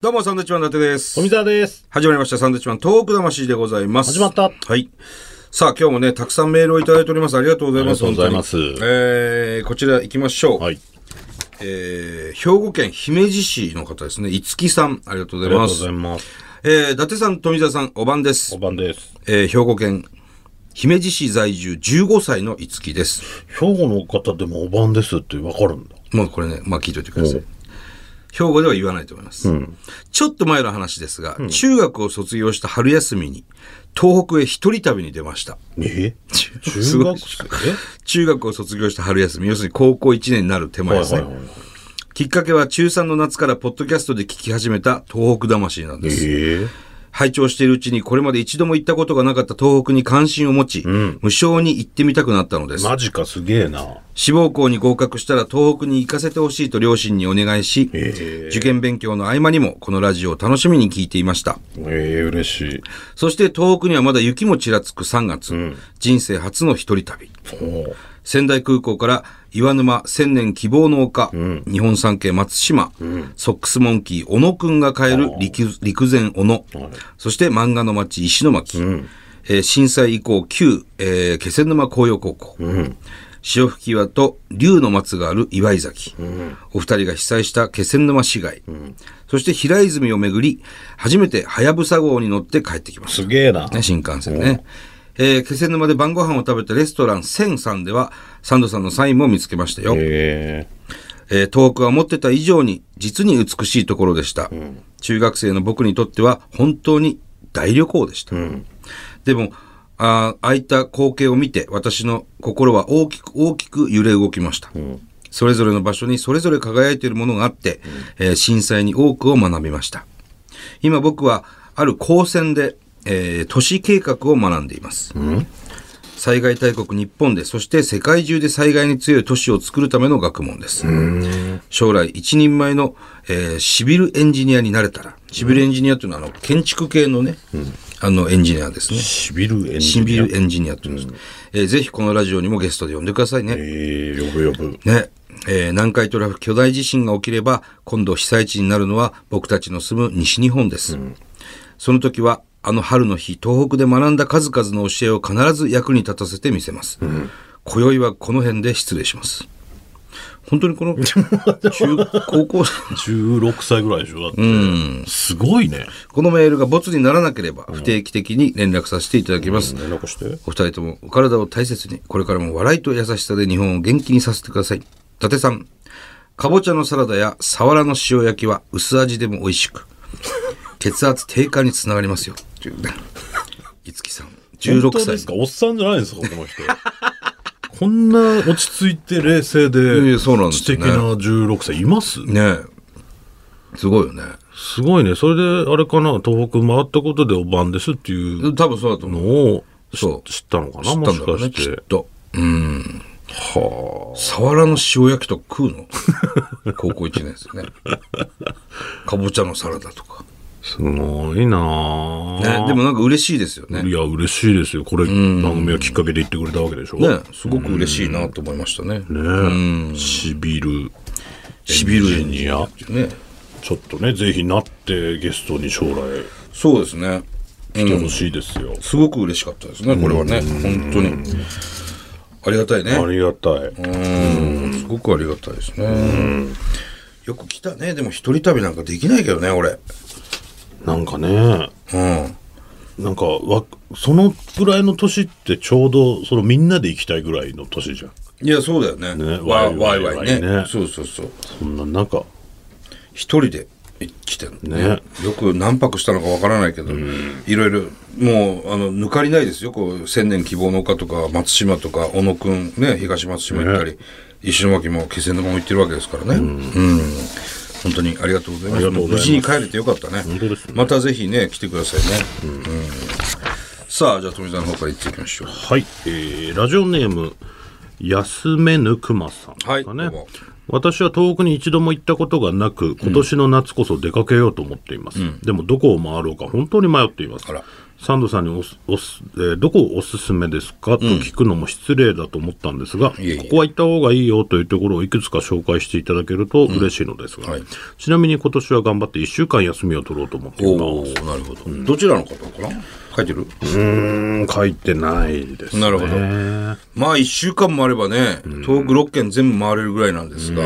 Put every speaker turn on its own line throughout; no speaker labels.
どうも、サンドウィッチマン伊達です。
富澤です。
始まりました、サンドウィッチマントーク魂でございます。
始まった
はい。さあ、今日もね、たくさんメールをいただいております。ありがとうございます。
ありがとうございま
本
す
当にえー、こちら行きましょう。
はい。
えー、兵庫県姫路市の方ですね。いつきさん、ありがとうござ
あり
い
がとう
ま
ご
す。
ざいます。
えー、伊達さん、富澤さん、おばんです
お。ばんです。
えー、兵庫県姫路市在住15歳のいつきです。
兵庫の方でもおばんですってわかるんだ。
もうこれね、まあ聞いといてください。兵庫では言わないと思います。ちょっと前の話ですが、中学を卒業した春休みに、東北へ一人旅に出ました。
え
すご
中
い
学生
中学を卒業した春休み、要するに高校1年になる手前ですね。きっかけは中3の夏からポッドキャストで聞き始めた東北魂なんです。
ええ
拝聴しているうちにこれまで一度も行ったことがなかった東北に関心を持ち、無償に行ってみたくなったのです。
マジかすげえな。
志望校に合格したら東北に行かせてほしいと両親にお願いし、
え
受験勉強の合間にもこのラジオを楽しみに聞いていました。
えええ嬉しい。
そして東北にはまだ雪もちらつく3月、人生初の一人旅。
そう。
仙台空港から岩沼千年希望の丘、日本三景松島、ソックスモンキー小野くんが帰る陸陸前小野、そして漫画の町石巻、えー震災以降旧、えー気仙沼紅葉高校、潮吹き輪と竜の松がある岩井崎、お二人が被災した気仙沼市街、そして平泉を巡り初めてはやぶさ号に乗って帰ってきました
すげえな。
ね、新幹線ね。えー気仙沼で晩ご飯を食べたレストラン1003では、サンドさんのサインも見つけましたよ。
え
えー東北は思ってた以上に、実に美しいところでした。中学生の僕にとっては、本当に大旅行でした。でも、あーああいった光景を見て、私の心は大きく大きく揺れ動きました。それぞれの場所にそれぞれ輝いているものがあって、えー震災に多くを学びました。今僕はある高専で、えー都市計画を学んでいます、災害大国日本でそして世界中で災害に強い都市を作るための学問です将来一人前の、えーシビルエンジニアになれたらシビルエンジニアというのはあの建築系のね、あのエンジニアですね
えしびるエン
シ
ジ
ビ
ニア。
ルエンジニアというんです、えーぜひこのラジオにもゲストで呼んでくださいね、
ええ呼ぶ呼ぶ。
ね、えー南海トラフ巨大地震が起きれば、今度被災地になるのは僕たちの住む西日本です。その時は、あの春の日、東北で学んだ数々の教えを必ず役に立たせてみせます。今宵はこの辺で失礼します。本当にこの中高校生
16歳ぐらいでしょだって。すごいね。
このメールがボツにならなければ不定期的に連絡させていただきます。
連絡して。
お二人ともお体を大切に、これからも笑いと優しさで日本を元気にさせてください。伊達さん、かぼちゃのサラダやサワラの塩焼きは薄味でも美味しく、血圧低下につながりますよ。というねいつきさん、
本当
16
で
歳
す。かおっさんじゃないんですかこの人。 こんな落ち着いて冷静
い
で
やそうなんです
知
ね
的な16歳います
ねえ。すごいよね。
すごいね。それで、あれかな、東北回ったことでおばんですっていう
多分そうだと思
の
う。
を
そ
し
う
知ったのか
知
な、
ったんだ
もし
ろ
か
うね、
し。
きってと。うん。はあ。サワラの塩焼きとか食うの 高校1年ですよね。かぼちゃのサラダとか。
すごいなぁ
ね、でもなんか嬉しいですよね。
いや、嬉しいですよ。これ、番組がきっかけで言ってくれたわけでしょ。
ね、すごく嬉しいなと思いましたね。
ねしびる。
しびる
エ
エ
ン
ン
ジ
ジ
ニ
ニ
ア。
アね。
ちょっとね、ぜひなってゲストに将来
そうですね。
来てほしいですよ。
すごく嬉しかったですね、これはね。本当に。ありがたい
あ
ね。
りがたい。
うん、すごくありがたいですね。よく来たね。でも一人旅なんかできないけどね、俺。
なんかね、
うん。
なんかわ、そのぐらいの年ってちょうど、そのみんなで行きたいぐらいの年じゃん。
いや、そうだよね。
ね
わいわ
わ
い
い
わ
わい
いね
ね。
そうそうそう。
そんな中、
一人で来てるね
ね。
よく何泊したのかわからないけど、いろいろ、もう、あの、抜かりないですよ。こう、千年希望の丘とか、松島とか、小野くん、ね、東松島行ったり、石巻も気仙沼も行ってるわけですからね。うん。本当にありがとうございます。
ありがとうござい
無
ます
事に帰れてよかったね。
本当ですね
またぜひね、来てくださいね。うん。さあ、じゃあ、富澤の方から行っていきましょう。
はい、えーラジオネーム休めぬくまさんですかね、
はいどうも
私は東北に一度も行ったことがなく今年の夏こそ出かけようと思っています、でもどこを回ろうか本当に迷っています
あら
サンドさんにおすおす、えーどこをおすすめですかと聞くのも失礼だと思ったんですが、
いえいえ
ここは行った方がいいよというところをいくつか紹介していただけると嬉しいのですが、
はい
ちなみに今年は頑張って1週間休みを取ろうと思ってい
お
ま
お
す。
なるほど、どちらの方かな書いてる、
うーん、書いてないですね。
なるほどまあ1週間もあればね、東北6県全部回れるぐらいなんですが、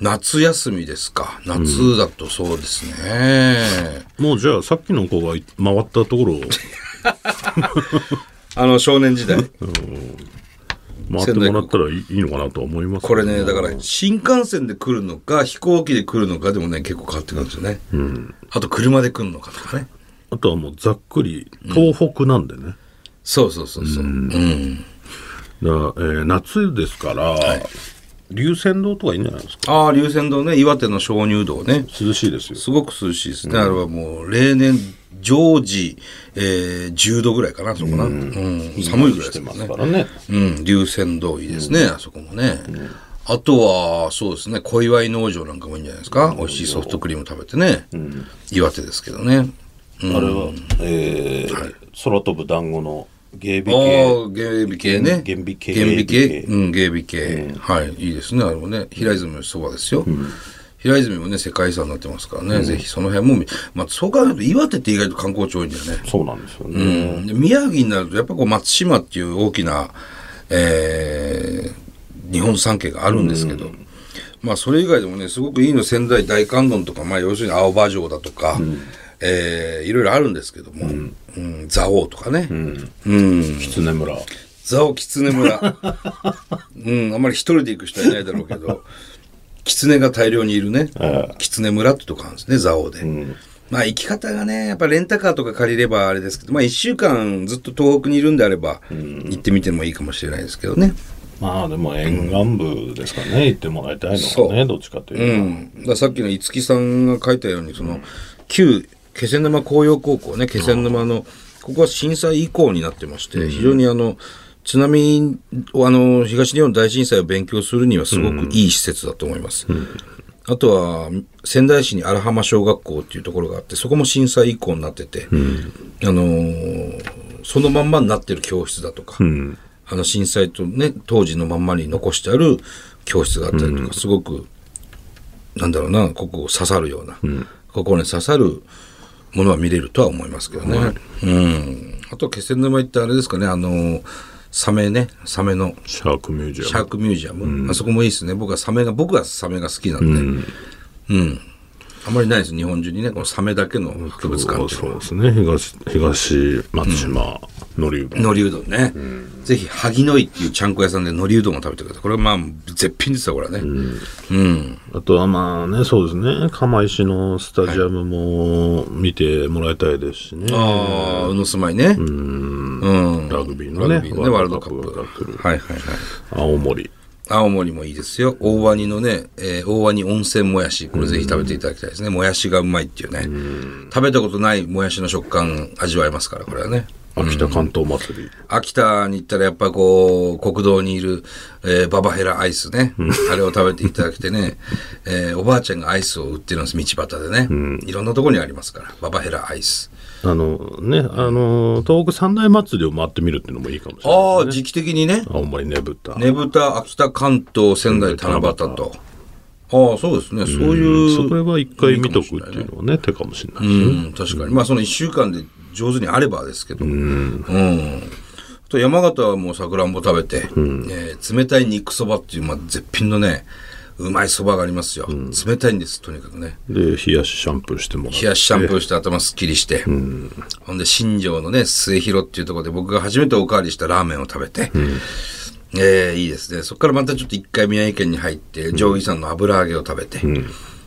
夏休みですか夏だとそうですね、
もうじゃあさっきの子が回ったところを
あの少年時代
回ってもらったらいいいいのかなとは思います け
こ
ど
れねだから新幹線で来るのか飛行機で来るのかでもね結構変わってくるんですよね、あと車で来るのかとかね
あとはもうざっくり東北なんでね、
そうそうそうそううん
だからえー夏ですから、龍泉洞とかいいんじゃないですか
ああ龍泉洞ね岩手の鍾乳洞ね
涼しいですよ
すごく涼しいですね、あれはもう例年常時、えー10度ぐらいかなそこな、うん寒いぐらいですもんね
らね
うん龍泉洞いいですね、あそこもね、あとはそうですね小祝農場なんかもいいんじゃないですか、美味しいソフトクリーム食べてね、岩手ですけどね
あれは、えー空飛ぶ団子の芸美
ああ、
系
ゲービ系ね。
ゲンビ系
ゲン
ゲ
ビ系
ンビ系
うん、ゲービ系、はい、いいですね。あれもね、平泉のそばですよ。平泉もね、世界遺産になってますからね、ぜひその辺も見、まあ、そう考えると岩手って意外と観光地多いんだよね。
そうなんですよね、
うんで宮城になると、やっぱこう松島っていう大きな、えー日本三景があるんですけど、まあ、それ以外でもね、すごくいいの仙台大観音とか、まあ、要するに青葉城だとか、えーいろいろあるんですけども、うん蔵王とかね、うん、
狐村
ザオキツネ村。 うん、あんまり一人で行く人はいないだろうけど、キツネが大量にいるね、キツネ村ってとこあるんですね、ザオで。まあ行き方がね、やっぱレンタカーとか借りればあれですけど、まあ一週間ずっと東北にいるんであれば、行ってみてもいいかもしれないですけどね。
まあでも沿岸部ですかね、行ってもらいたいのは
そ
ねどっちかと
う
いうと、
ん。だからさっきの五木さんが書いたように、その、旧気仙沼紅葉高校ね、気仙沼の、ここは震災以降になってまして、非常にあの、津波をあの、東日本大震災を勉強するにはすごくいい施設だと思います。あとは、仙台市に荒浜小学校っていうところがあって、そこも震災以降になってて、あのーそのまんまになってる教室だとか、あの震災とね、当時のまんまに残してある教室があったりとか、すごくなんだろうな、ここを刺さるような、ここに刺さるものは見れるとは思いますけどね。うん。あと、気仙沼行ってあれですかね、あの、サメね、サメの
シャークミュージ
シ
ア
ャー
ム
クミュージアム。あそこもいいですね。僕はサメが、僕はサメが好きなんで。うん。あまりないです、日本中にね、このサメだけの博物館っていうの
そ
は
うですね東東松島のりうどん、
海苔うどんね、ぜひ萩の井っていうちゃんこ屋さんで海苔うどんを食べてくださいこれはまあ絶品ですよこれはねうん、
あとはまあねそうですね釜石のスタジアムも見てもらいたいですしね、
ああ宇野住まいねうん
ラグビーのね
ラグビーのねワ
ワ
ー
ー
ルド
ルド
カ
カ
ッ
ッ
プ
プが来る
はいはいはい
青森
青森もいいですよ大ワニのね、えー大ワニ温泉もやしこれぜひ食べていただきたいですねもやしがうまいっていうね食べたことないもやしの食感味わえますからこれはね
秋田関東祭り、
秋田に行ったらやっぱこう国道にいる、えーババヘラアイスねあれを食べていただきてね、 えーおばあちゃんがアイスを売ってるんです道端でね、いろんなところにありますからババヘラアイス
あのね、あの、東北三大祭りを回ってみるっていうのもいいかもしれ
あ
な
あ、
いですね。
時期的にね
青森ねぶた。
ねぶた秋田関東仙台七夕とああそうですねそういう
それは一回見とくっていうのはね、手かもしれないし、
うん、確かに。まあ、その1週間で上手にあればですけど。うん。あと、山形はもうさくらんぼ食べて、えー冷たい肉そばっていう、まあ、絶品のね、うまいそばがありますよ。冷たいんです、とにかくね。
で、冷やしシャンプーしてもらって。
冷やしシャンプーして頭すっきりして、ほんで新庄のね末広っていうところで僕が初めておかわりしたラーメンを食べて、えーいいですねそこからまたちょっと一回宮城県に入って上義さんの油揚げを食べて、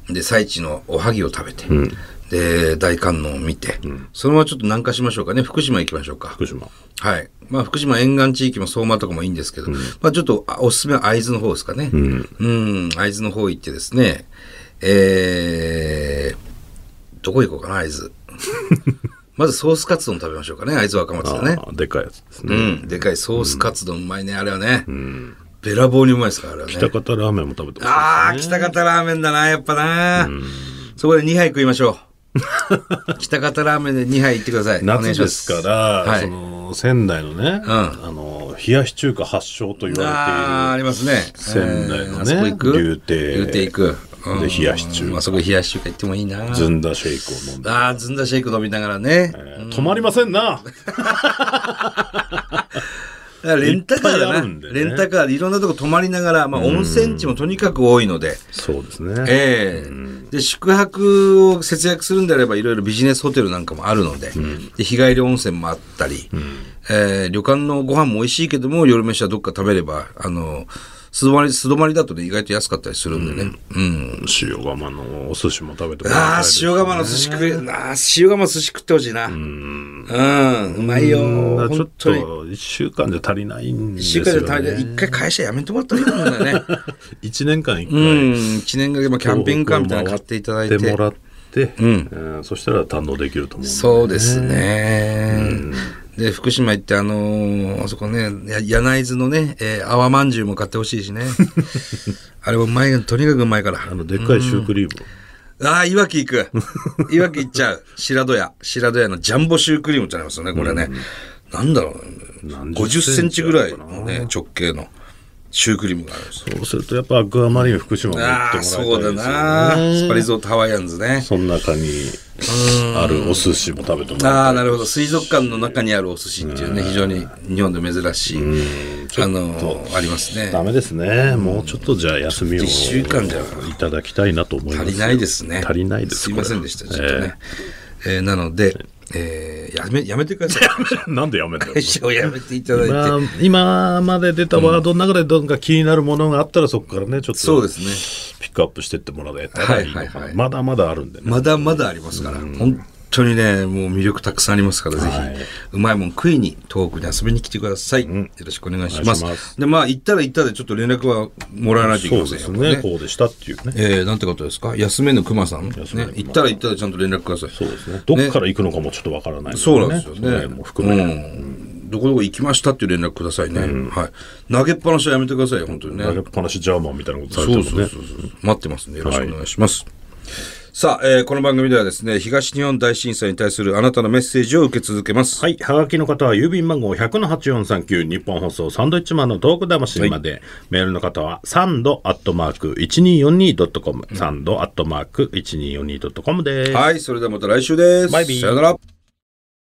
で最地のおはぎを食べて、で大観音を見て、そのままちょっと南下しましょうかね福島行きましょうか
福島。
はい。まあ、福島沿岸地域も相馬とかもいいんですけど、まあ、ちょっとあおすすめは会津の方ですかね。うん。会津の方行ってですね、えー、どこ行こうかな、会 津。まずソースカツ丼食べましょうかね、会津若松
あ
でね。
ーでかいやつです
う
ね。
ん。でかいソースカツ丼うまいね、あれはね。べらぼうにうまいですから、あれはね。
北方ラーメンも食べてほしいですね。
ああ、北方ラーメンだな、やっぱな。そこで2杯食いましょう。 北方ラーメンで2杯いってください。お願い
夏
しま
ですから、
はい
その仙台のね、あの冷やし中華発祥と言
あーあ
わ
りますね。
仙台のね
えーあそこ行く
竜亭
竜亭行く。うん
で冷やし中華
うんあそこ冷やし中華行ってもいいな。
れているずんだシェイクを飲んで、
ああ、ずんだシェイク飲みながらね。
止まりませんな
だからレンタカー
いっぱい
だ
あ
な。
るんでね
レンタカーでいろんなとこ泊まりながら、まあ温泉地もとにかく多いので。
そうですね、
ええで、宿泊を節約するんであれば、いろいろビジネスホテルなんかもあるので、で日帰り温泉もあったり、えー旅館のご飯も美味しいけども、夜飯はどっか食べれば、あの、素泊まり、素泊まりだとね、意外と安かったりするんでね。うん。
塩釜のお寿司も食べてもらいた
あ
い
あ
で、すね
塩釜の寿司食え、ああ、塩釜寿司食ってほしいな。うん。うまいよ。
だからちょ
本
っ
当に。
と1週間じゃ足りないんで
一
す
週
よ
間で
ね
食べて、一回会社辞めてもらったらいいと思うんだよね。
1年間1
う
回、
ん。一年がけ、まあ、キャンピングカーみたいなの買っていただいて。
東北を回ってもらって、
うん
えーそしたら堪能できると思うんで
そうですね。で、福島行って、あのーあそこね、や柳津のね、えー、泡まんじゅうも買ってほしいしね。あれもうまい、とにかくうまいから。
あのでっかいシュークリーム、
ああ、いわき行く。いわき行っちゃう。白戸屋。白戸屋のジャンボシュークリームってありますよね、これね。なんだろう、ね。
何
50
十
セ
セ
ン
ン
チ
チ
ぐ
ぐ
ら
ら
い
い
のね、直径のシュークリームがあるんですよ。
そうするとやっぱアクアマリン福島も行っ
あ
て
あ、
も
そうだ
らいた
な。
いです
ス
よ
パ
ね
リゾートハワイアンズね。
その中にあるお寿司も食べても
あ
ら
あ、
いた
ないるほど。水族館の中にあるお寿司っていうね、非常に日本で珍しい、あの、ありますね。
ダメですねもうちょっとじゃあ休みを
一週間じゃ
いただきたいなと思います
足りないですね。
足りないです
すいませんでした、
こ
ち
れ
ょっとね。えーなので、えーやめ、やめてください。
えー なんでやめたの
会社をやめて いただいて。
まあ、今まで出たワードの中でどんか気になるものがあったらそこからねちょっと
そうですね。
ピックアップしてってもらえたらいいのか
は
な、
いはいはい
まだまだあるんでね、
まだまだありますから、本当にね、もう魅力たくさんありますから、ぜひ、
はいう
まいもん食いに、東北に遊びに来てください。よろしくお願いします。
お願いします
で、まあ、行ったら行ったで、ちょっと連絡はもらわないとい
そ
けま
うで
せんよ
すね
やっぱり
こうでしたっていうね
えー、なんてことですか休めぬ熊さん。ね、
休めぬ熊さん
行ったら行ったでちゃんと連絡ください。
そうですねどっから行くのかもちょっとわからないのでね、
そうなんですよね。
それも含め、
うん。どこどこ行きましたっていう連絡くださいね。はい。投げっぱなしはやめてくださいよ、本当にね。
投げっぱなしジャーマンみたいなことされて
そ
も
う
ね
そうそうそう。待ってますんで、よろしくお願いします。さあ、えーこの番組ではですね、東日本大震災に対するあなたのメッセージを受け続けます。
はい。はがきの方は、郵便番号100-8439、日本放送、サンドイッチマンのトーク魂まで、メールの方は、サンドアットマーク 1242.com、サンドアットマーク 1242.com です。
はい、それではまた来週です。
バイビー
さよなら。